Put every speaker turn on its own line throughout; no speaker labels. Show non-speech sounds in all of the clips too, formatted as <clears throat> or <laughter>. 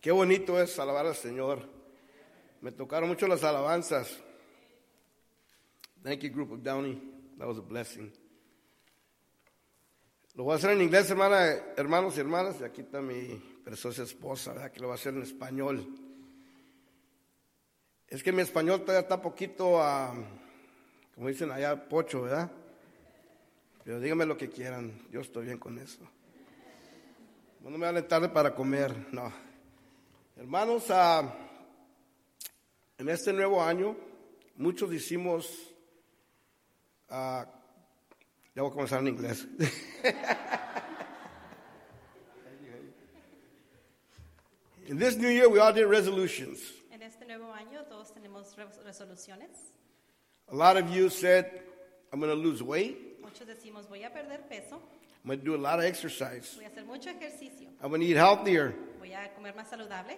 Qué bonito es alabar al Señor. Me tocaron mucho las alabanzas. Thank you, Group of Downey. That was a blessing. Lo voy a hacer en inglés, hermana, hermanos y hermanas. Y aquí está mi preciosa esposa, ¿verdad? que lo va a hacer en español. Es que mi español todavía está poquito a, como dicen allá, pocho, ¿verdad? Pero díganme lo que quieran, yo estoy bien con eso. No me hablen tarde para comer, no. Hermanos, ah, en este nuevo año, muchos hicimos. Ah, ya voy a comenzar en inglés. <laughs> In this new year, we all did resolutions.
En este nuevo año todos tenemos re- resoluciones.
A lot of you said, I'm going to lose weight,
Muchos decimos voy a perder peso,
I'm going to do a lot of exercise,
voy a hacer mucho ejercicio,
I'm going to eat healthier.
voy a comer más saludable,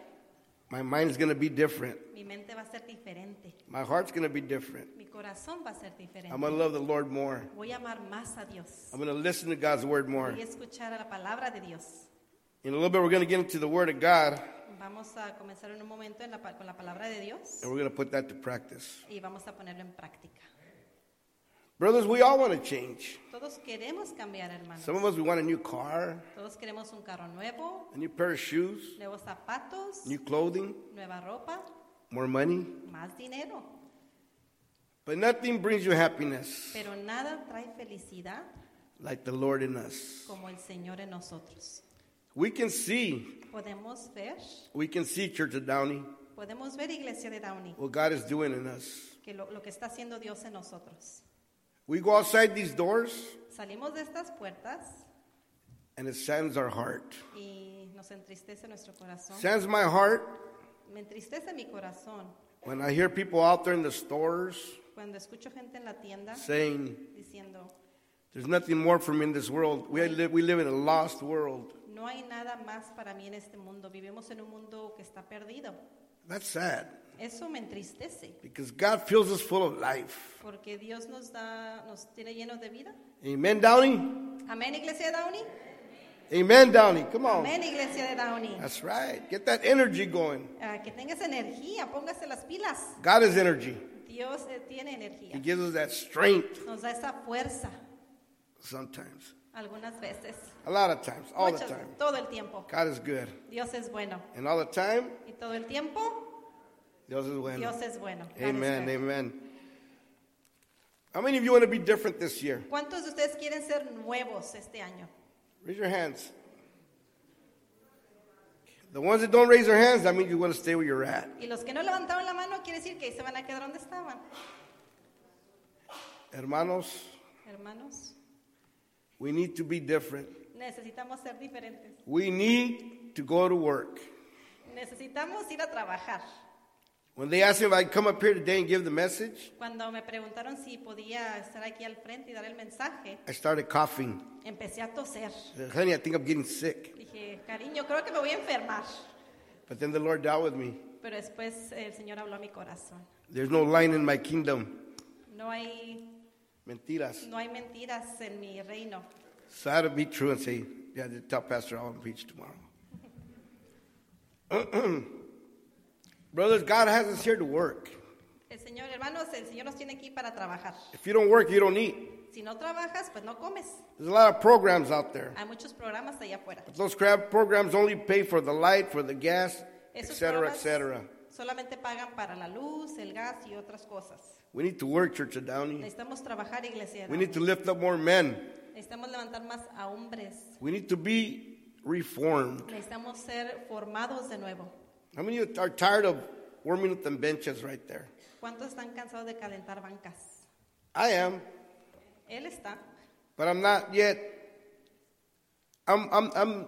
My mind's going to be different,
mi mente va a ser diferente,
my heart's going to be different.
mi corazón va a ser
I'm going
diferente.
to love the Lord more.
Voy a amar más a Dios.
I'm going to listen to God's word more.
Voy a escuchar a la palabra de Dios.
In a little bit, we're going to get into the word of God,
Vamos a comenzar en un momento en la pa- con la palabra de Dios
and we're going to put that to practice.
y vamos a ponerlo en práctica.
Brothers, we all want to change.
Todos queremos cambiar, hermanos.
Some of us, we want a new car,
Todos queremos un carro nuevo,
a new pair of shoes,
nuevos zapatos,
new clothing,
nueva ropa,
more money.
más dinero.
But nothing brings you happiness
Pero nada trae felicidad
like the Lord in us.
como el Señor en nosotros.
We can see,
Podemos ver,
we can see, Church of Downey,
podemos ver Iglesia de Downey,
what God is doing in us.
que lo, lo que está haciendo Dios en nosotros.
We go outside these doors,
Salimos de estas puertas
and it saddens our heart.
y nos entristece nuestro corazón.
Saddens my heart
Me entristece mi corazón
when I hear people out there in the stores
cuando escucho gente en la tienda
saying,
diciendo,
There's nothing more for me in this world. We live, we live in a lost world.
no hay nada más para mí en este mundo, vivimos en un mundo que está perdido.
That's sad
Eso me entristece,
because God fills us full of life.
porque Dios nos da, nos tiene llenos de vida.
Amen, Downey?
Amén, Iglesia de Downey.
Amen, Downey. Come on.
Amén, Iglesia de Downey.
That's right. Get that energy going.
Ah, que tengas energía, póngase las pilas.
God is energy,
Dios eh, tiene
He
energía,
gives us that strength
nos da esa fuerza
sometimes,
algunas veces,
a lot of times, all the
muchas-
time.
todo el tiempo.
God is good.
Dios es bueno
And all the time,
y todo el tiempo
Dios is bueno.
Dios es bueno. God is
Amen,
good.
amen. How many of you want to be different this year?
¿Cuántos de ustedes quieren ser nuevos este año?
Raise your hands. The ones that don't raise their hands, that means you want to stay where you're at.
Y los que no levantaron la mano quiere decir que ahí se van a quedar donde estaban.
Hermanos,
Hermanos,
we need to be different.
necesitamos ser diferentes.
We need to go to work.
Necesitamos ir a trabajar.
When they asked me if I'd come up here today and give the message,
Cuando me preguntaron si podía estar aquí al frente y dar el mensaje,
I started coughing.
empecé a toser.
I said, Honey, I think I'm getting sick.
Dije, cariño, creo que me voy a enfermar.
But then the Lord dealt with me.
Pero después el Señor habló a mi corazón.
There's no line in my kingdom.
No hay,
Mentiras.
no hay mentiras en mi reino.
So I had to be true and say, yeah, just tell Pastor I'll preach tomorrow. <clears throat> Brothers, God has us here to work.
El Señor, hermanos, el Señor nos tiene aquí para trabajar.
If you don't work, you don't eat.
Si no trabajas, pues no comes.
There's a lot of programs out there.
Hay muchos programas allá afuera.
But those crab programs only pay for the light, for the gas,
Esos
etc.,
programas
etc.
solamente pagan para la luz, el gas y otras cosas.
We need to work, Church of Downey.
Necesitamos trabajar, iglesia.
We need to lift up more men.
Necesitamos levantar más a hombres.
We need to be reformed.
Necesitamos ser formados de nuevo.
How many of you are tired of warming up them benches right there?
¿Cuántos están cansados de calentar bancas?
I am,
Él está.
but I'm not yet. I'm, I'm, I'm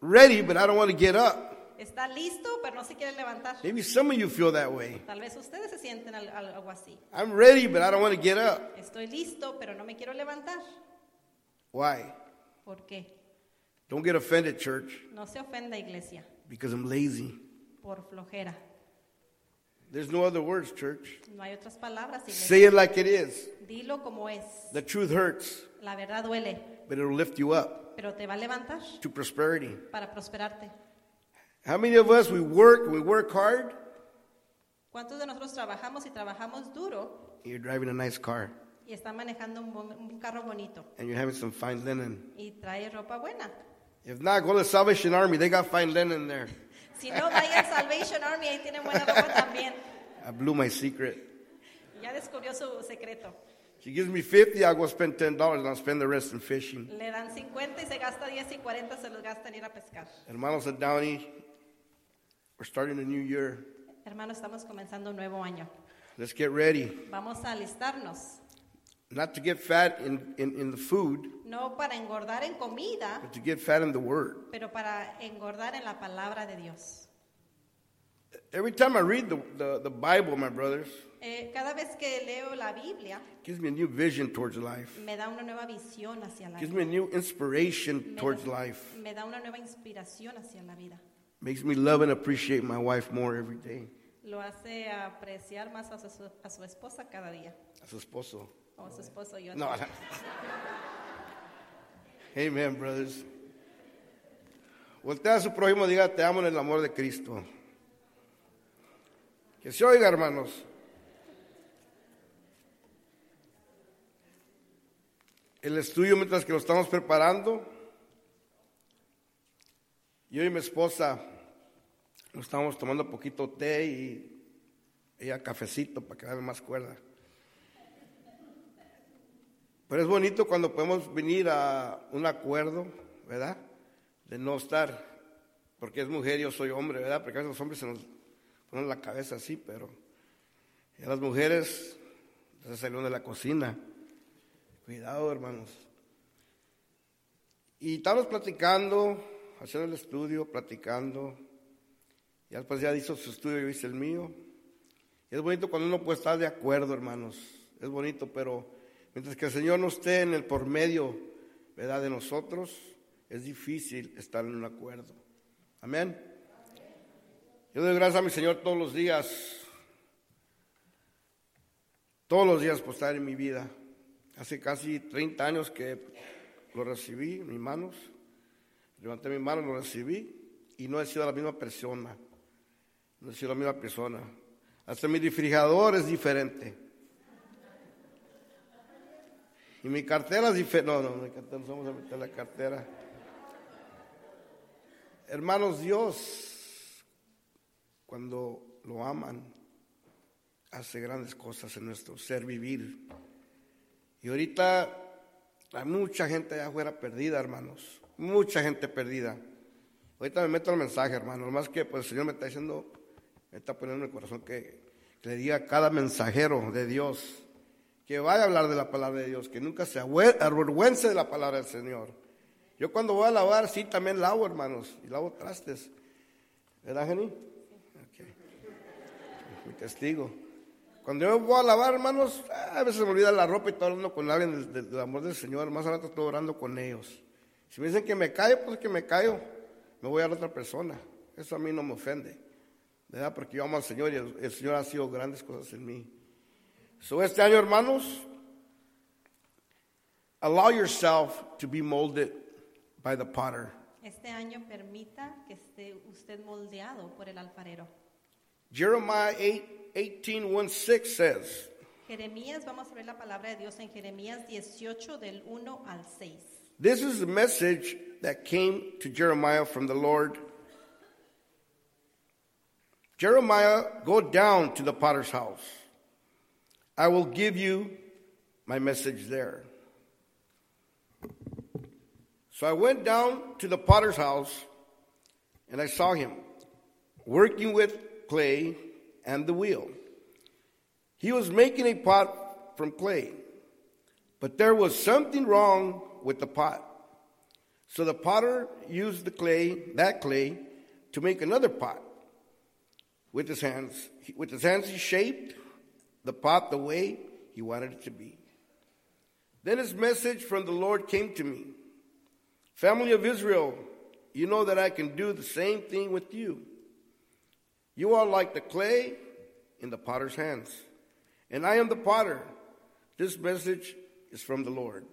ready, but I don't want to get up.
Está listo, pero no se quiere levantar.
Maybe some of you feel that way.
Tal vez ustedes se sienten al- al- algo así.
I'm ready, but I don't want to get up.
Estoy listo, pero no me quiero levantar.
Why?
¿Por qué?
Don't get offended, church,
No se ofenda, iglesia,
because I'm lazy.
por flojera.
There's no other words, church.
No hay otras palabras, iglesia.
Say it like it is.
Dilo como es.
The truth hurts,
La verdad duele,
but it'll lift you up
pero te va a levantar
to prosperity.
para prosperarte.
How many of us we work, we work hard?
¿Cuántos de nosotros trabajamos y trabajamos duro
You're driving a nice car
y está manejando un, bon- un carro bonito
and you're having some fine linen.
y trae ropa buena?
If not, go to Salvation Army. They got fine linen there.
Si no, vaya a Salvation Army, ahí tienen buena ropa también.
I blew my secret.
Ya descubrió su secreto.
She gives me 50, I go spend $10 and I'll spend the rest in fishing.
Le dan 50 y se gasta 10 y 40 se los gasta en ir a pescar.
Hermanos de Downey, we're starting a new year.
Hermano, estamos comenzando un nuevo año.
Let's get ready.
Vamos a alistarnos.
Not to get fat in, in, in the food,
No para engordar en comida,
but to get fat in the word.
pero para engordar en la palabra de Dios.
Every time I read the, the, the Bible, my brothers,
Eh, cada vez que leo la Biblia,
it gives me a new vision towards life.
me da una nueva visión hacia la
Gives
vida.
me a new inspiration
Me
towards
da-
life.
Me da una nueva inspiración hacia la vida.
Makes me love and appreciate my wife more every day.
Lo hace apreciar más a su, a su esposa cada día.
A su esposo.
O a su esposo y yo.
No. no. Amen, brothers. Voltea a su prójimo y diga, te amo en el amor de Cristo. Que se oiga, hermanos. El estudio, mientras que lo estamos preparando, yo y mi esposa nos estábamos tomando poquito té y ella cafecito para que darme más cuerda. Pero es bonito cuando podemos venir a un acuerdo, ¿verdad? De no estar, porque es mujer y yo soy hombre, ¿verdad? Porque a veces los hombres se nos ponen la cabeza así, pero y a las mujeres se salieron de la cocina. Cuidado, hermanos. Y estábamos platicando, haciendo el estudio, platicando. Ya después ya hizo su estudio, yo hice el mío. Es bonito cuando uno puede estar de acuerdo, hermanos. Es bonito, pero mientras que el Señor no esté en el por medio, ¿verdad? De nosotros, es difícil estar en un acuerdo. Amén. Yo doy gracias a mi Señor todos los días, todos los días por estar en mi vida. Hace casi 30 años que lo recibí en mis manos, levanté mi mano, lo recibí y no he sido la misma persona. No he sido la misma persona. Hasta mi refrigerador es diferente. Y mi cartera es diferente. No, no, mi cartera, nos vamos a meter la cartera. Hermanos, Dios, cuando lo aman, hace grandes cosas en nuestro ser vivir. Y ahorita hay mucha gente allá afuera perdida, hermanos. Mucha gente perdida. Ahorita me meto al mensaje, hermano. Lo más que pues, el Señor me está diciendo, me está poniendo en el corazón que, que le diga a cada mensajero de Dios que vaya a hablar de la palabra de Dios, que nunca se abue- avergüence de la palabra del Señor. Yo cuando voy a lavar, sí, también lavo, hermanos, y lavo trastes. ¿Verdad, Jenny? Ok. Mi testigo. Cuando yo voy a lavar, hermanos, ah, a veces me olvida la ropa y estoy hablando con alguien del, del- del amor del Señor. Más rato estoy orando con ellos. Si me dicen que me callo, pues que me callo. Me voy a la otra persona. Eso a mí no me ofende. ¿Verdad? Porque yo amo al Señor y el, el Señor ha sido grandes cosas en mí. So este año, hermanos, allow yourself to be molded by the potter.
Este año permita que esté usted moldeado por el alfarero.
Jeremiah 8, 18, 1, 6 says,
Jeremías, vamos a ver la palabra de Dios en Jeremías 18 del 1 al 6.
This is the message that came to Jeremiah from the Lord. Jeremiah, go down to the potter's house. I will give you my message there. So I went down to the potter's house and I saw him working with clay and the wheel. He was making a pot from clay. But there was something wrong with the pot. So the potter used the clay, that clay, to make another pot. With his hands, with his hands he shaped the pot the way he wanted it to be. Then his message from the Lord came to me. Family of Israel, you know that I can do the same thing with you. You are like the clay in the potter's hands, and I am the potter. This message is from the Lord.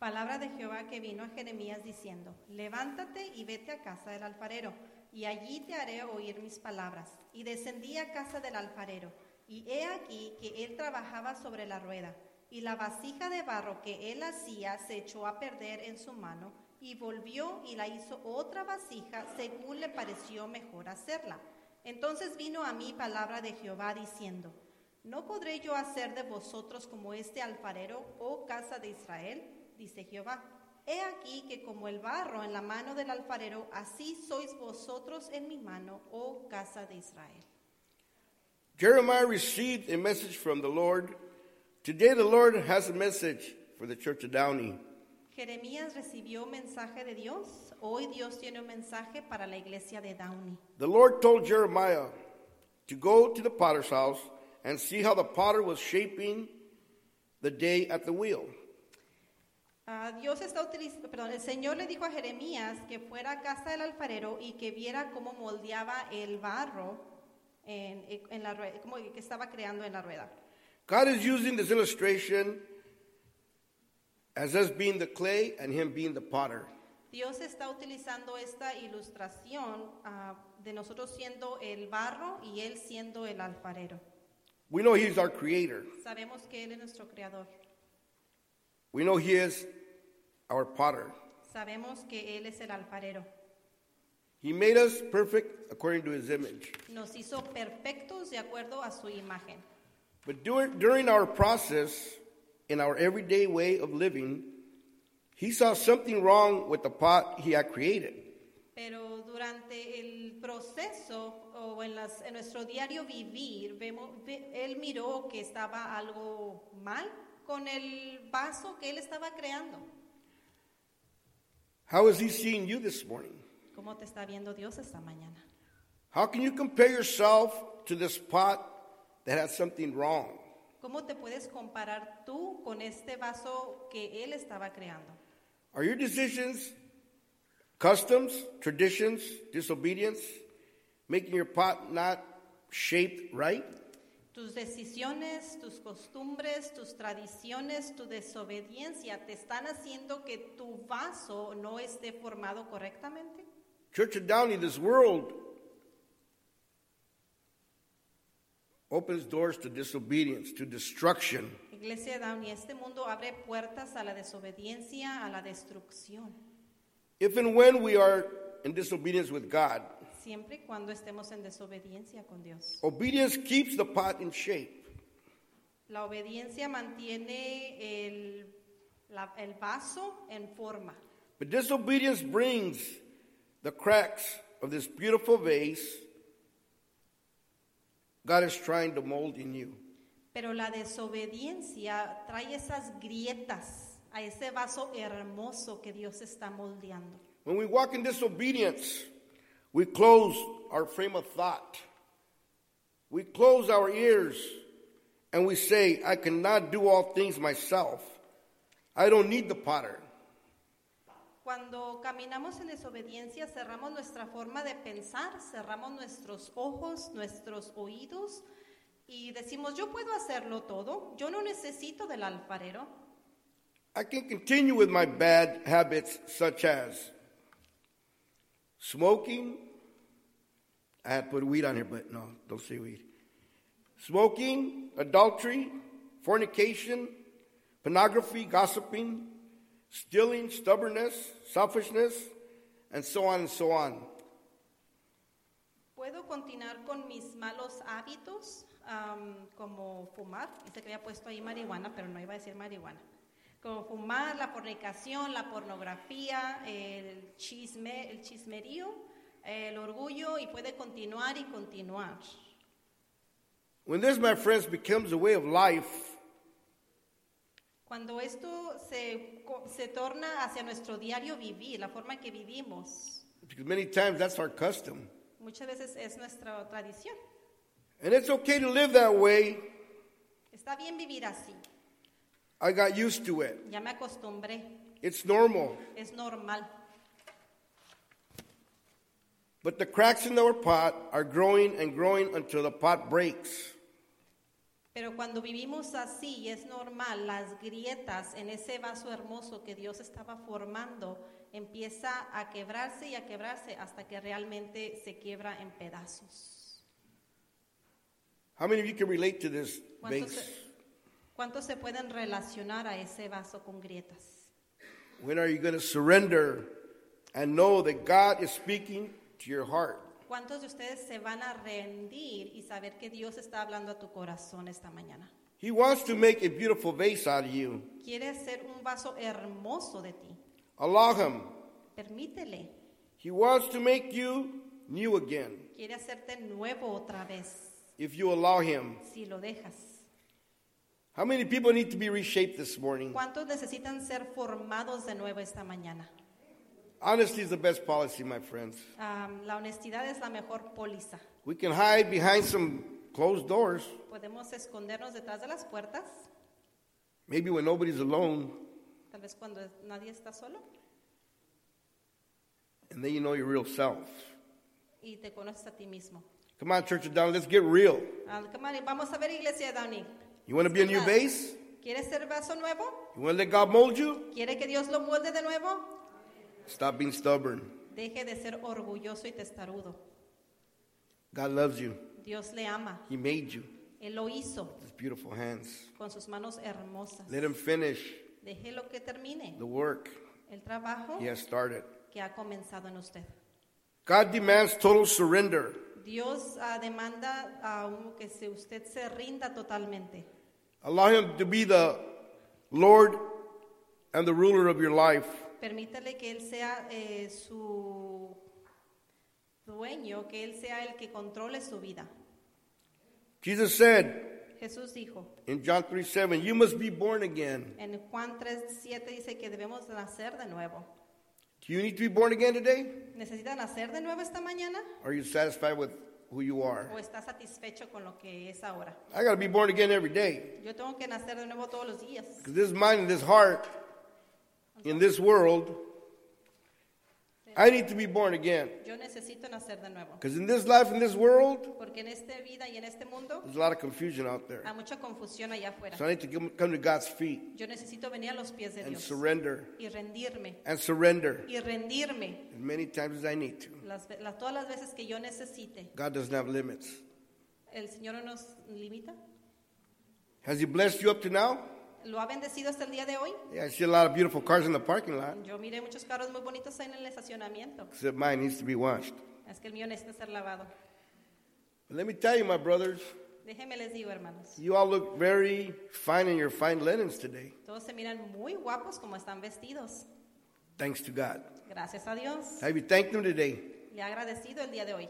Palabra de Jehová que vino a Jeremías diciendo, levántate y vete a casa del alfarero, y allí te haré oír mis palabras. Y descendí a casa del alfarero, y he aquí que él trabajaba sobre la rueda, y la vasija de barro que él hacía se echó a perder en su mano, y volvió y la hizo otra vasija según le pareció mejor hacerla. Entonces vino a mí palabra de Jehová diciendo, ¿No podré yo hacer de vosotros como este alfarero, oh casa de Israel? Dice Jehová. He aquí que como el barro en la mano del alfarero, así sois vosotros en mi mano, oh casa de Israel.
Jeremiah received a message from the Lord. Today, the Lord has a message for the church of Downey.
Jeremías recibió mensaje de Dios. Hoy Dios tiene un mensaje para la iglesia de Downey.
The Lord told Jeremiah to go to the potter's house and see how the potter was shaping the day at the wheel.
Ah, Dios está utiliz- perdón, el Señor le dijo a Jeremías que fuera a casa del alfarero y que viera cómo moldeaba el barro en, en la rueda, cómo que estaba creando en la rueda.
God is using this illustration as us being the clay and Him being the potter.
Dios está utilizando esta ilustración ah, de nosotros siendo el barro y Él siendo el alfarero.
We know He's our creator,
Sabemos que Él es nuestro creador.
we know He is our potter.
Sabemos que Él es el alfarero.
He made us perfect according to His image.
Nos hizo perfectos de acuerdo a su imagen.
But during, during our process, in our everyday way of living, He saw something wrong with the pot He had created.
Pero durante el proceso o en, las- en nuestro diario vivir, vemos, ve- él miró que estaba algo mal con el vaso que él estaba creando.
How is He seeing you this morning?
¿Cómo te está viendo Dios esta mañana?
How can you compare yourself to this pot that has something wrong?
¿Cómo te puedes comparar tú con este vaso que él estaba creando?
Are your decisions, customs, traditions, disobedience making your pot not shaped right?
Tus decisiones, tus costumbres, tus tradiciones, tu desobediencia te están haciendo que tu vaso no esté formado correctamente.
Church of Downey, this world opens doors to disobedience, to destruction.
Iglesia de Downey, este mundo abre puertas a la desobediencia, a la destrucción,
If and when we are in disobedience with God,
siempre y cuando estemos en desobediencia con Dios.
obedience keeps the pot in shape.
La obediencia mantiene el, la- el vaso en forma,
But disobedience brings the cracks of this beautiful vase God is trying to mold in you.
pero la desobediencia trae esas grietas a ese vaso hermoso que Dios está moldeando.
When we walk in disobedience, we close our frame of thought. We close our ears and we say, I cannot do all things myself. I don't need the potter.
Cuando caminamos en desobediencia, cerramos nuestra forma de pensar, cerramos nuestros ojos, nuestros oídos y decimos, yo puedo hacerlo todo, yo no necesito del alfarero,
I can continue with my bad habits such as smoking. I had put weed on here, but no, don't say weed. Smoking, adultery, fornication, pornography, gossiping, stealing, stubbornness, selfishness, and so on and so on.
puedo continuar con mis malos hábitos am, como fumar, dice que había puesto ahí marihuana, pero no iba a decir marihuana, como fumar, la fornicación, la pornografía, el chisme, el chismerío, el orgullo y puede continuar y continuar.
When this, my friends, becomes a way of life,
Cuando esto se, co- se torna hacia nuestro diario vivir, la forma que vivimos,
because many times that's our custom,
muchas veces es nuestra tradición.
and it's okay to live that way,
Está bien vivir así,
I got used to it.
ya me acostumbré,
It's normal.
es normal.
But the cracks in our pot are growing and growing until the pot breaks.
Pero cuando vivimos así y es normal, las grietas en ese vaso hermoso que Dios estaba formando empieza a quebrarse y a quebrarse hasta que realmente se quiebra en pedazos.
How many of you can relate to this
¿Cuántos
vase?
se, cuántos se pueden relacionar a ese vaso con grietas?
When are you going to surrender and know that God is speaking to your heart?
¿Cuántos de ustedes se van a rendir y saber que Dios está hablando a tu corazón esta mañana?
He wants to make a beautiful vase out of you.
Quiere hacer un vaso hermoso de ti.
Allow Him.
Permítele.
He wants to make you new again
Quiere hacerte nuevo otra vez
if you allow Him.
si lo dejas.
How many people need to be reshaped this morning?
¿Cuántos necesitan ser formados de nuevo esta mañana?
Honesty is the best policy, my friends.
Am, la honestidad es la mejor póliza.
We can hide behind some closed doors,
Podemos escondernos detrás de las puertas,
maybe when nobody's alone,
tal vez cuando nadie está solo,
and then you know your real self.
y te conoces a ti mismo.
Come on, Church of Down, let's get real.
Ah, come on, vamos a ver, iglesia de Downey.
You want to be a new vase?
¿Quieres ser vaso nuevo?
You want to let God mold you?
¿Quiere que Dios lo molde de nuevo?
Stop being stubborn.
Deje de ser orgulloso y testarudo.
God loves you.
Dios le ama.
He made you
Él lo hizo
with His beautiful hands.
con sus manos hermosas.
Let Him finish
Deje lo que termine
the work
el trabajo
He has started.
que ha comenzado en usted.
God demands total surrender.
Dios ah, demanda a uno que se- usted se rinda totalmente.
Allow Him to be the Lord and the ruler of your life.
Permítale que Él sea eh, su dueño, que Él sea el que controle su vida.
Jesus said,
Jesús dijo
In John 3 7, you must be born again.
en Juan 3:7 dice que debemos nacer de nuevo.
Do you need to be born again today?
¿Necesita nacer de nuevo esta mañana
Are you satisfied with who you are?
o está satisfecho con lo que es ahora?
I got to be born again every day
Yo tengo que nacer de nuevo todos los días.
because this mind and this heart in this world, I need to be born again
Yo necesito nacer de nuevo.
because in this life, in this world,
Porque en esta vida y en este mundo
there's a lot of confusion out there.
hay mucha confusión allá afuera.
So I need to come come to God's feet
Yo necesito venir a los pies de
and
Dios
surrender
y rendirme.
and surrender
Y rendirme
as many times as I need to.
las ve- las- todas las veces que yo necesite.
God doesn't have limits.
El Señor no nos limita.
Has He blessed you up to now?
¿Lo ha bendecido hasta el día de hoy?
Yeah, I see a lot of beautiful cars in the parking lot.
Yo miré muchos carros muy bonitos en el estacionamiento.
Except mine needs to be washed.
Es que el mío necesita ser lavado.
But let me tell you, my brothers,
Déjenme les digo, hermanos.
you all look very fine in your fine linens today.
Todos se miran muy guapos como están vestidos.
Thanks to God.
Gracias a Dios.
Have you thanked Him today?
Le he agradecido el día de hoy.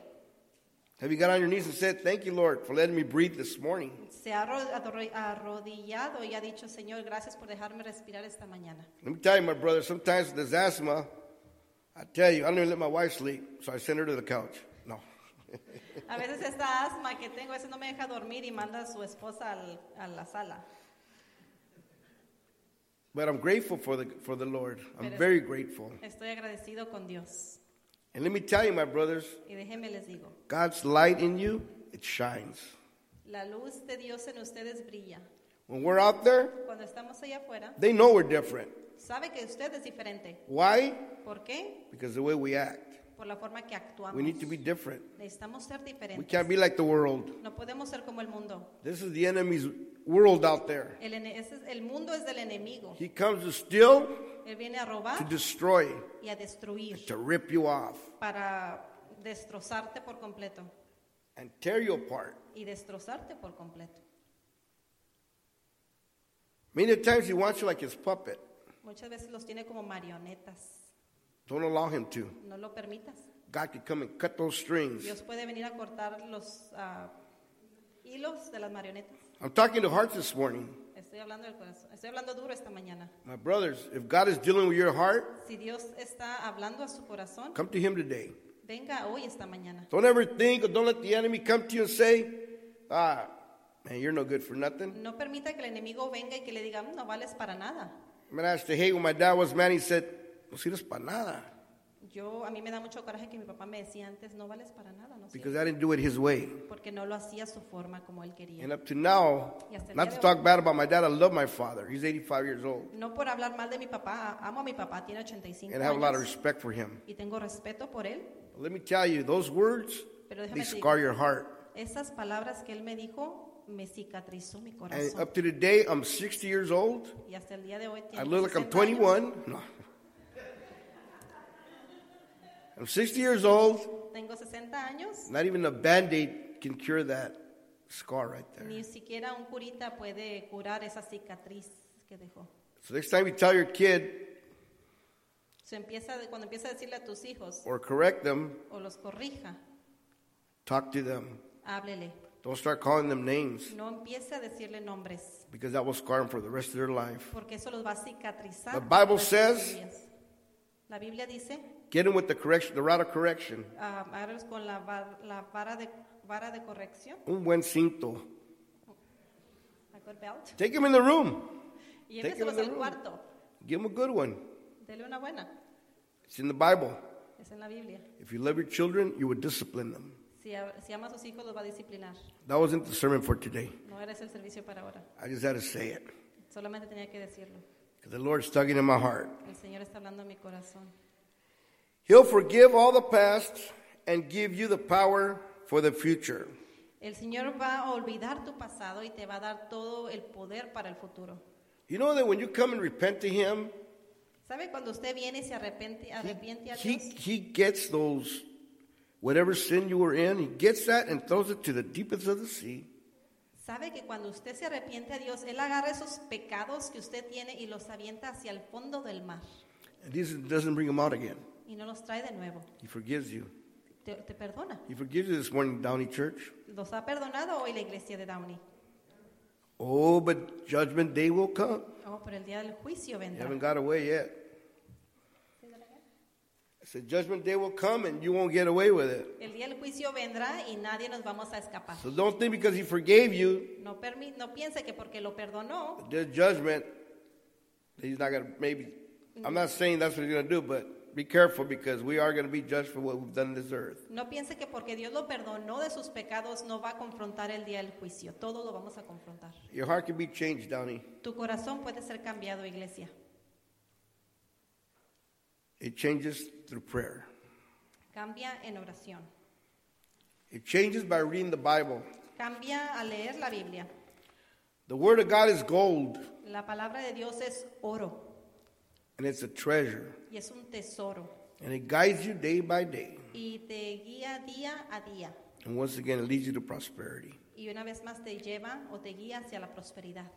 Have you got on your knees and said, Thank you, Lord, for letting me breathe this morning?
Se ha arro- adorro- arrodillado y ha dicho, Señor, gracias por dejarme respirar esta mañana.
Let me tell you, my brother, sometimes with this asthma, I tell you, I don't even let my wife sleep, so I send her to the couch. No.
A veces esta asma que tengo, a veces no me deja dormir y manda a su esposa al- a la sala.
But I'm grateful for the, for the Lord. I'm
Pero-
very grateful.
Estoy agradecido con Dios.
And let me tell you, my brothers,
Y déjenme les digo,
God's light in you, it shines.
la luz de Dios en ustedes brilla.
When we're out there,
Cuando estamos allá afuera,
they know we're different.
sabe que usted es diferente.
Why?
¿Por qué?
Because the way we act.
Por la forma que actuamos.
We need to be different.
Necesitamos ser
We
diferentes.
can't be like the world.
No podemos ser como el mundo.
This is the enemy's world out there.
El, ene- ese es- el mundo es del enemigo.
He comes to steal,
Él viene a
to
robar
destroy,
y a destruir.
to rip you off
para destrozarte por completo
and tear you apart.
y destrozarte por completo.
Many times he wants you like his puppet.
Muchas veces los tiene como marionetas.
Don't allow him to.
No lo permitas.
God could come and cut those strings.
Dios puede venir a cortar los ah, hilos de las marionetas.
I'm talking to hearts this morning.
Estoy hablando del corazón. Estoy hablando duro esta mañana.
My brothers, if God is dealing with your heart,
Si Dios está hablando a su corazón,
come to him today.
venga hoy esta mañana.
Don't ever think or don't let the enemy come to you and say, ah, man, you're no good for nothing.
No permita que el enemigo venga y que le diga, "Mm, no vales para nada.
I'm going to ask to hate when my dad was man. He said, no sirves para nada.
Yo, a mí me da mucho coraje que mi papá me decía antes, no vales para nada, no
because
sirves",
I didn't do it his way.
porque no lo hacía a su forma como él quería.
And up to now, not to talk bad about my dad, I love my father. He's 85 years old,
No por hablar mal de mi papá, amo a mi papá, tiene 85
and I have a lot of
años
respect for him.
y tengo respeto por él,
But let me tell you, those words,
pero déjame
they
te digo,
scar your heart.
esas palabras que él me dijo me cicatrizó mi
And
corazón.
up to the day I'm 60 years old,
Y hasta el día de hoy
I
tiene
look like I'm
60 años.
21. No. I'm 60 years old.
Tengo 60 años,
Not even a band aid can cure that scar right there.
ni siquiera un curita puede curar esa cicatriz que dejó.
So next time you tell your kid
Se empieza de- cuando empieza a decirle a tus hijos
or correct them,
o los corrija,
talk to them.
háblele.
Don't start calling them names
No empiece a decirle nombres,
because that will scar them for the rest of their life.
porque eso los va a cicatrizar.
The
por
Bible
el resto de sus
says-
días. La Biblia dice,
Get them with the correction, the route of correction.
ah, ábrelos con la, va- la vara, de, vara de corrección,
Un buen cinto.
la cord belt,
Take them in the room.
y
Take it in
lléveselos
the
al
room.
cuarto.
Give them a good one.
Dele una buena,
It's in the Bible.
es en la Biblia.
If you love your children, you would discipline them.
Si, a- si ama a sus hijos, los va a disciplinar.
That wasn't the sermon for today.
No eres el servicio para ahora.
I just had to say it
Solamente tenía que decirlo.
because the Lord's tugging in my heart.
El Señor está hablando en mi corazón.
He'll forgive all the past and give you the power for the future.
El Señor va a olvidar tu pasado y te va a dar todo el poder para el futuro.
You know that when you come and repent to Him,
¿Sabe cuando usted viene y se arrepiente, arrepiente a
He,
Dios?
he gets those, whatever sin you were in, He gets that and throws it to the deepest of the sea.
¿Sabe que cuando usted se arrepiente a Dios, Él agarra esos pecados que usted tiene y los avienta hacia el fondo del mar
And He doesn't bring them out again.
y no los trae de nuevo?
He forgives you.
Te, te perdona.
He forgives you this morning, Downey Church.
¿Los ha perdonado hoy la iglesia de Downey?
Oh, but judgment day will come.
Oh, pero el día del juicio
You
vendrá.
haven't got away yet. I said, Judgment day will come and you won't get away with it.
El día del juicio vendrá y nadie nos vamos a escapar.
So don't think because he forgave you
No, permi- no piense que porque lo perdonó,
this judgment that he's not gonna maybe I'm not saying that's what he's gonna do, but be careful because we are gonna be judged for what we've done in this earth.
no piense que porque Dios lo perdonó de sus pecados, no va a confrontar el día del juicio. Todo lo vamos a confrontar.
Your heart can be changed, Downey.
Tu corazón puede ser cambiado, iglesia.
It changes through prayer.
Cambia en oración.
It changes by reading the Bible.
Cambia a leer la Biblia.
The word of God is gold
La palabra de Dios es oro
and it's a treasure.
y es un tesoro
And it guides you day by day.
y te guía día a día
And once again it leads you to prosperity.
y una vez más te lleva o te guía hacia la prosperidad.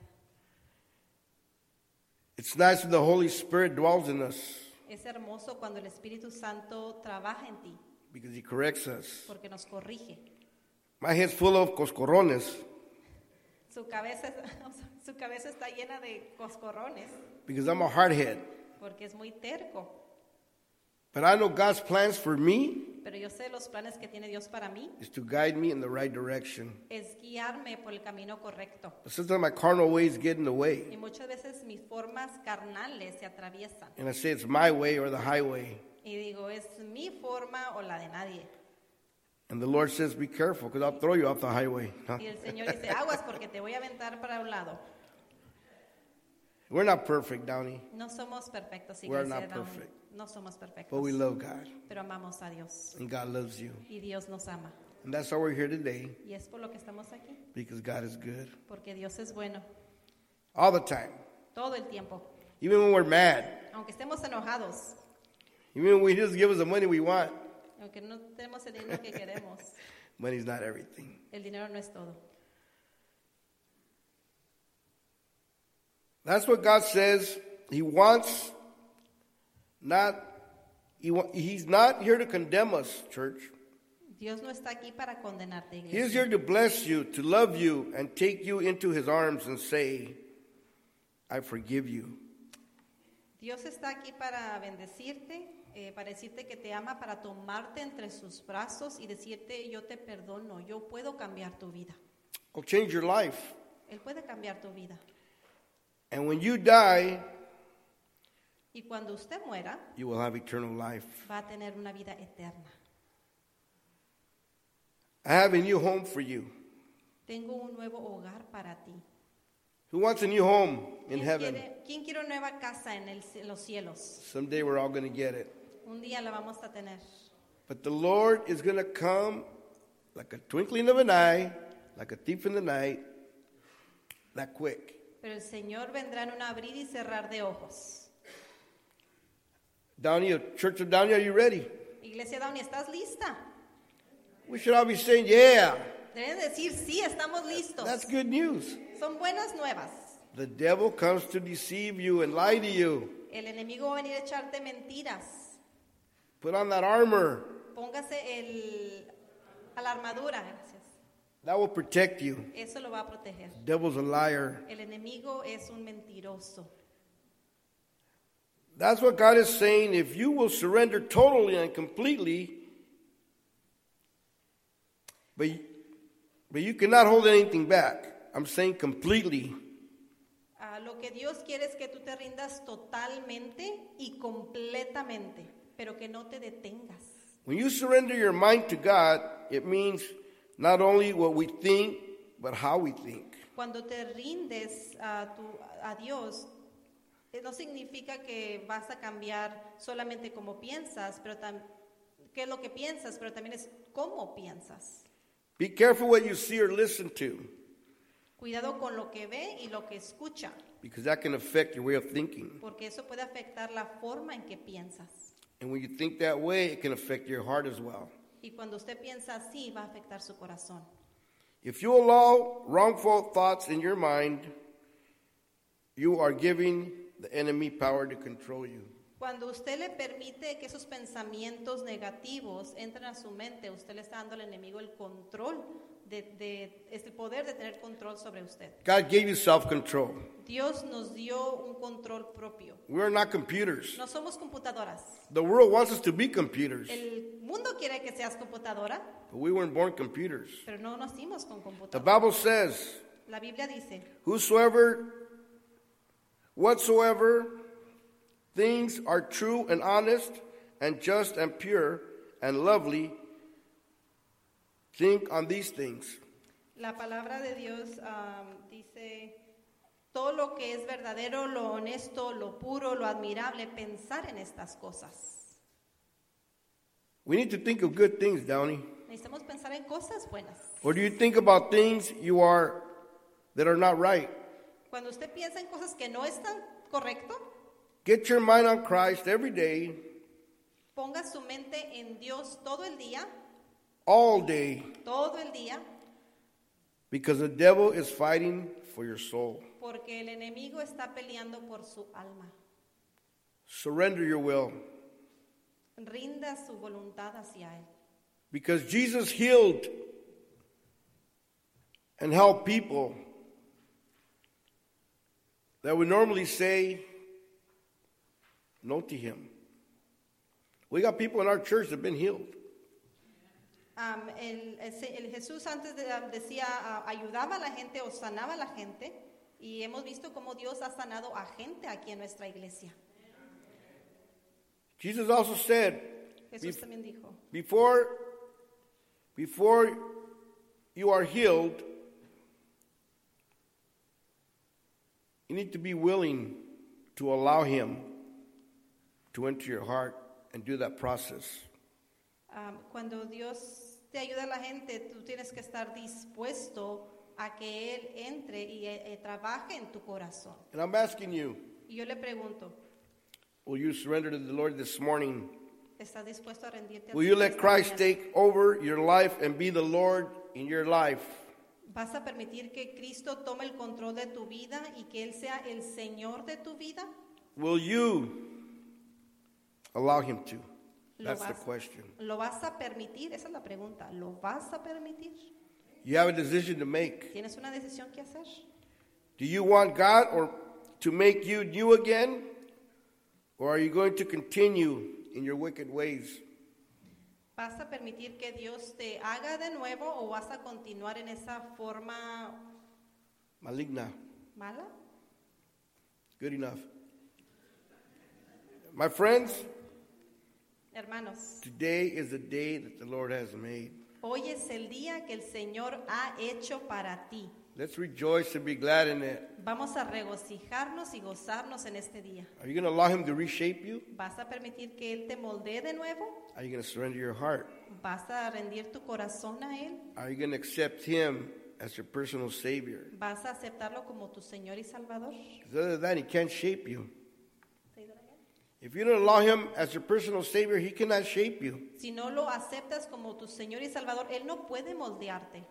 It's nice when the Holy Spirit dwells in us
Es hermoso cuando el Espíritu Santo trabaja en ti
because He corrects us.
porque nos corrige.
My head's full of coscorrones
Su cabeza, <laughs> es- su cabeza está llena de coscorrones
because I'm a hardhead.
porque es muy terco.
But I know God's plans for me
Pero yo sé los planes que tiene Dios para mí.
is to guide me in the right direction.
Es guiarme por el camino correcto.
But sometimes my carnal ways get in the way.
Y muchas veces mis formas carnales se atraviesan.
And I say it's my way or the highway.
Y digo, es mi forma o la de nadie.
And the Lord says, Be careful because I'll throw you off the highway. <laughs> Huh?
Y el Señor dice, aguas porque te voy a aventar para un lado.
We're not perfect, Downey,
No somos perfectos,
We're
iglesia
not
de Downey.
perfect.
No somos
but we
perfectos.
love God
Pero amamos a Dios.
and God loves you.
Y Dios nos ama.
And that's why we're here today
Y es por lo que estamos aquí.
because God is good
Porque Dios es bueno
all the time.
todo el tiempo.
Even when we're mad,
Aunque estemos enojados,
even when we just give us the money we want,
aunque no tenemos el dinero que queremos,
money's not everything.
el dinero no es todo.
That's what God says. He wants not he, wa- he's not here to condemn us, church.
Dios no está aquí para condenarte,
He is
iglesia.
here to bless you, to love you and take you into his arms and say, I forgive you.
Dios está aquí para bendecirte, eh, para decirte que te ama, para tomarte entre sus brazos y decirte, yo te perdono, yo puedo cambiar tu vida.
I'll change your life.
Él puede cambiar tu vida.
And when you die,
Y cuando usted muera,
you will have eternal life.
va a tener una vida eterna.
I have a new home for you.
Tengo un nuevo hogar para ti.
Who wants a new home in
¿Quién
heaven?
quiere, quién quiere una nueva casa en, el ci- en los cielos?
Someday we're all going to get it.
Un día la vamos a tener.
But the Lord is going to come like a twinkling of an eye, like a thief in the night, that quick.
Pero el Señor vendrá en un abrir y cerrar de ojos.
Downey, Church of Downey, are you ready?
Iglesia Downey, ¿estás lista?
We should all be saying, yeah,
Deben decir, sí, estamos listos.
that's good news.
Son buenas nuevas.
The devil comes to deceive you and lie to you.
El enemigo va a venir a echarte mentiras.
Put on that armor.
Póngase el, a la armadura. Gracias.
That will protect you.
Eso lo va a proteger.
Devil's a liar.
El enemigo es un mentiroso.
That's what God is saying. If you will surrender totally and completely, but, but you cannot hold anything back. I'm saying completely.
Ah, lo que Dios quiere es que tú te rindas totalmente y completamente, pero que no te detengas.
When you surrender your mind to God, it means not only what we think, but how we think.
Cuando te rindes a, tu- a Dios, eh, no significa que vas a cambiar solamente cómo piensas, pero tam- qué es lo que piensas, pero también es cómo piensas.
Be careful what you see or listen to,
Cuidado con lo que ve y lo que escucha,
because that can affect your way of thinking.
porque eso puede afectar la forma en que piensas.
And when you think that way, it can affect your heart as well.
Y cuando usted piensa así, va a afectar su corazón.
If you allow wrongful thoughts in your mind, you are giving the enemy power to control you.
Cuando usted le permite que esos pensamientos negativos entren a su mente, usted le está dando al enemigo el control, de, de- es el poder de tener control sobre usted.
God gave you self control.
Dios nos dio un control propio.
We're not computers.
No somos computadoras.
The world wants us to be computers,
El mundo quiere que seas computadora,
but we weren't born computers.
pero no nacimos con
The
computadora.
Bible says,
La Biblia dice,
Whosoever, whatsoever things are true and honest and just and pure and lovely, think on these things.
la palabra de Dios am, dice, todo lo que es verdadero, lo honesto, lo puro, lo admirable, pensar en estas cosas.
We need to think of good things, Downey.
Necesitamos pensar en cosas buenas.
Or do you think about things you are that are not right?
Cuando usted piensa en cosas que no están correcto,
Get your mind on Christ every day,
ponga su mente en Dios todo el día,
all day,
todo el día,
because the devil is fighting for your soul.
porque el enemigo está peleando por su alma.
Surrender your will,
Rinda su voluntad hacia él,
because Jesus healed and helped people that would normally say no to him. We got people in our church that have been healed.
Am, el, el se- el Jesús antes de- decía, ah, ayudaba a la gente o sanaba a la gente, y hemos visto cómo Dios ha sanado a gente aquí en nuestra iglesia.
Jesus also said,
Jesús también dijo,
Before, before you are healed, you need to be willing to allow Him to enter your heart and do that process.
Am, cuando Dios te ayuda a la gente, tú tienes que estar dispuesto a que Él entre y eh, eh, trabaje en tu corazón.
And I'm asking you,
Y yo le pregunto,
will you surrender to the Lord this morning?
¿estás dispuesto a rendirte a
Will
ti
you
en
let
esta
Christ
mañana?
take over your life and be the Lord in your life?
¿Vas a permitir que Cristo tome el control de tu vida y que Él sea el Señor de tu vida?
Will you allow Him to?
Lo
That's the
vas-
question.
¿Lo vas a permitir? Esa es la pregunta. ¿Lo vas a permitir?
You have a decision to make.
Tienes una decisión que hacer.
Do you want God or to make you new again? Or are you going to continue in your wicked ways?
¿Vas a permitir que Dios te haga de nuevo o vas a continuar en esa forma
Maligna.
mala?
Good enough. My friends,
Hermanos,
today is the day that the Lord has made.
hoy es el día que el Señor ha hecho para ti.
Let's rejoice and be glad in it.
Vamos a regocijarnos y gozarnos en este día.
Are you going to allow Him to reshape you?
¿Vas a permitir que Él te moldee de nuevo?
Are you going to surrender your heart?
¿Vas a rendir tu corazón a Él?
Are you going to accept Him as your personal Savior?
¿Vas a aceptarlo como tu Señor y Salvador?
Because other than that, He can't shape you. If you don't allow Him as your personal Savior, He cannot shape you.
Si no lo aceptas como tu Señor y Salvador, Él no puede moldearte.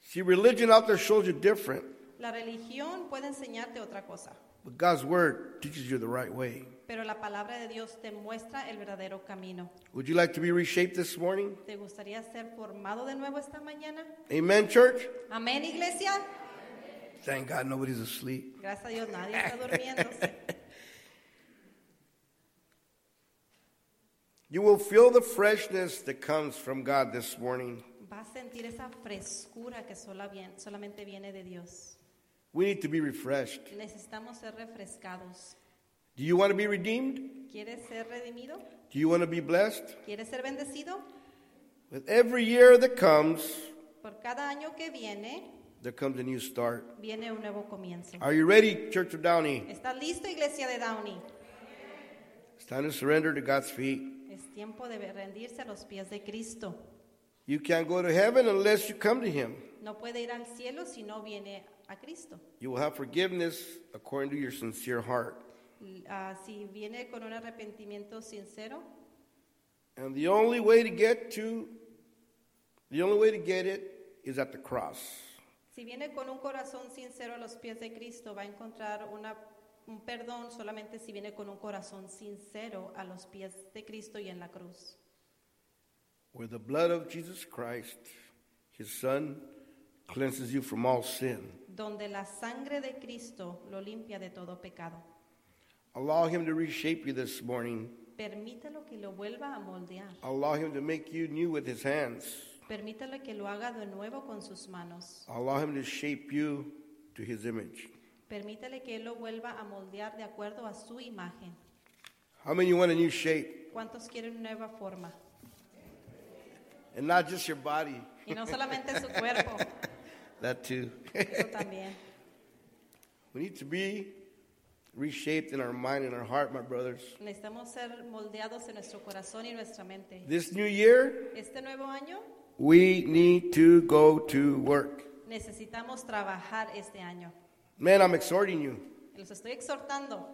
See, religion out there shows you different,
La religión puede enseñarte otra cosa,
but God's Word teaches you the right way.
pero la palabra de Dios te muestra el verdadero camino.
Would you like to be reshaped this morning?
¿Te gustaría ser formado de nuevo esta mañana?
Amen, church?
Amén, iglesia.
Thank God nobody's asleep.
Gracias a Dios, nadie está durmiéndose.
You will feel the freshness that comes from God this morning.
Vas a sentir esa frescura que sola vien- solamente viene de Dios.
We need to be refreshed.
Necesitamos ser refrescados.
Do you want to be redeemed?
¿Quieres ser redimido?
Do you want to be blessed?
¿Quieres ser bendecido?
With every year that comes,
Por cada año que viene,
there comes a new start.
viene un nuevo comienzo.
Are you ready, Church of Downey?
¿Estás listo, iglesia de Downey?
It's time to surrender to God's feet.
Es tiempo de rendirse a los pies de Cristo.
You can't go to heaven unless you come to Him.
No puede ir al cielo si no viene a Cristo.
You will have forgiveness according to your sincere heart.
Ah, si viene con un arrepentimiento sincero,
And the only way to get to the only way to get it is at the cross.
si viene con un corazón sincero a los pies de Cristo, va a encontrar una- un perdón solamente si viene con un corazón sincero a los pies de Cristo y en la cruz.
Where the blood of Jesus Christ, his son, cleanses you from all sin.
Donde la sangre de Cristo lo limpia de todo pecado.
Allow him to reshape you this morning.
Permítalo que lo vuelva a moldear.
Allow him to make you new with his hands.
Permítalo que lo haga de nuevo con sus manos.
Allow him to shape you to his image.
Permítale que Él lo vuelva a moldear de acuerdo a su imagen.
How many want a new shape?
¿Cuántos quieren una nueva forma?
And not just your body, <laughs>
Y no solamente su cuerpo,
that too. <laughs>
eso también.
we need to be reshaped in our mind and our heart, my brothers.
Necesitamos ser moldeados en nuestro corazón y nuestra mente.
This new year,
Este nuevo año
We need to go to work.
necesitamos trabajar este año.
Man, I'm exhorting you.
Los estoy exhortando.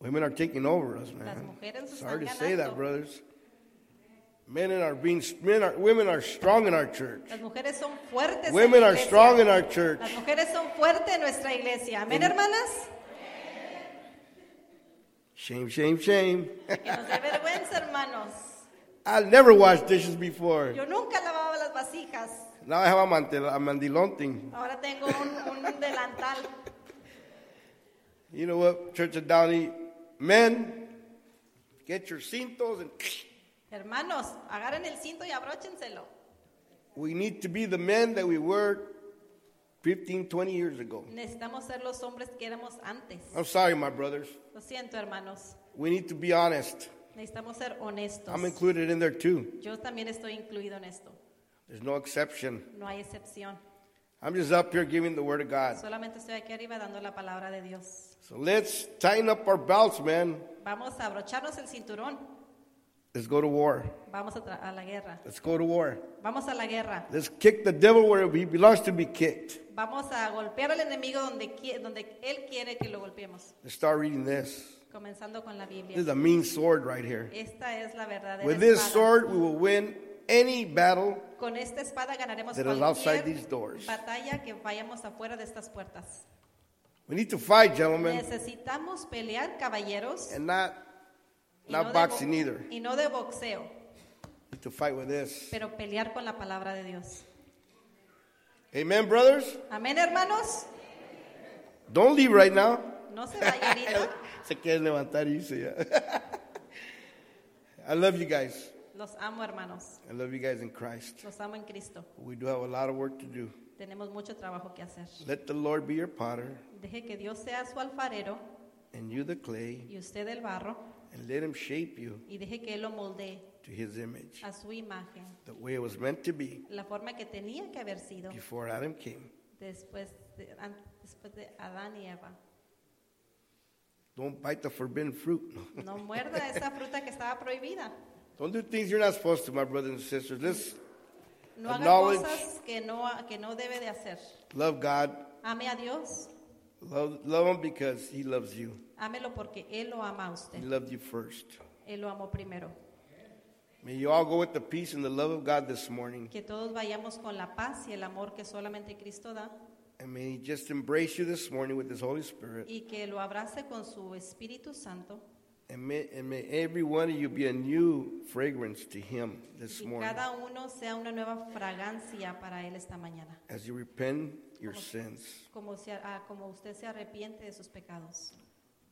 Women are taking over us,
Las
man.
mujeres nos
Sorry
están
to say that,
ganando.
brothers. Men and are being men are women are strong in our church.
Las mujeres son fuertes. en la
Women are
iglesia.
strong in our church.
Las mujeres son fuertes en nuestra iglesia. Amén, hermanas.
Shame, shame, shame. <laughs>
Que nos dé vergüenza, hermanos.
I never washed dishes before.
Yo nunca lavaba las vasijas.
Now I have a, mantel, a mandilon thing.
Ahora tengo un, un delantal.
You know what, Church of Downey? Men, get your cintos and <sniffs>
Hermanos, agarren el cinto y abróchenselo.
we need to be the men that we were 15, 20 years ago.
Necesitamos ser los hombres que éramos antes.
I'm sorry, my brothers.
Lo siento, hermanos.
We need to be honest.
Necesitamos ser honestos.
I'm included in there too.
Yo también estoy incluido en esto.
There's no exception.
No hay excepción.
I'm just up here giving the word of God.
Solamente estoy aquí arriba dando la palabra de Dios.
So let's tighten up our belts, man.
Vamos a abrocharnos el cinturón.
Let's go to war.
Vamos a, tra- a la guerra.
Let's go to war.
Vamos a la guerra.
Let's kick the devil where he belongs to be kicked.
Vamos a golpear al enemigo donde, qui- donde él quiere que lo golpeemos.
Let's start reading this.
Comenzando con la Biblia.
This is a mean sword right here.
Esta es la verdadera
With this
espada.
sword, we will win any battle.
Con esta espada ganaremos
That is outside
cualquier
these doors.
batalla que vayamos afuera de estas puertas.
We need to fight, gentlemen,
Necesitamos pelear, caballeros,
and not
y no
not
de
boxing
bo-
either.
y no de boxeo,
We need to fight with this.
pero pelear con la palabra de Dios.
Amen, brothers.
Amén, hermanos.
Don't leave right now.
No se vayan ahorita.
<laughs> Se quieren levantar y irse ya. <laughs> I love you guys.
Los amo, hermanos.
I love you guys in Christ.
Los amo en Cristo.
We do have a lot of work to do.
Tenemos mucho trabajo que hacer.
Let the Lord be your potter
Deje que Dios sea su alfarero
and you the clay,
y usted el barro,
and let him shape you
y deje que él lo moldee
to his image,
a su imagen,
the way it was meant to be
la forma que tenía que haber sido
before Adam came.
después de, an- después de Adán y Eva.
Don't bite the forbidden fruit.
No muerda esa fruta que estaba prohibida.
Don't do things you're not supposed to, my brothers and sisters. Let's
No haga
Acknowledge.
cosas que no, que no debe de hacer.
love God,
Ame a Dios,
love, love Him because He loves you.
ámelo porque Él lo ama a usted.
He loved you first.
Él lo amó primero.
May you all go with the peace and the love of God this morning.
Que todos vayamos con la paz y el amor que solamente Cristo da
And may He just embrace you this morning with His Holy Spirit.
y que lo abrace con su Espíritu Santo.
And may, and may every one of you be a new fragrance to Him this
Y
morning
cada uno sea una nueva fragancia para Él esta mañana,
as you repent your sins.
como, se- ah, como usted se arrepiente de sus pecados.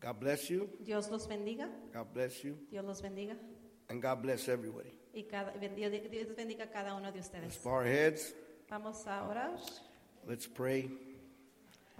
God bless you.
Dios los bendiga,
God bless you.
Dios los bendiga
And God bless everybody.
y cada, bendiga- Dios bendiga a cada uno de
Let's
ustedes.
bow our heads.
Vamos a orar.
Let's pray.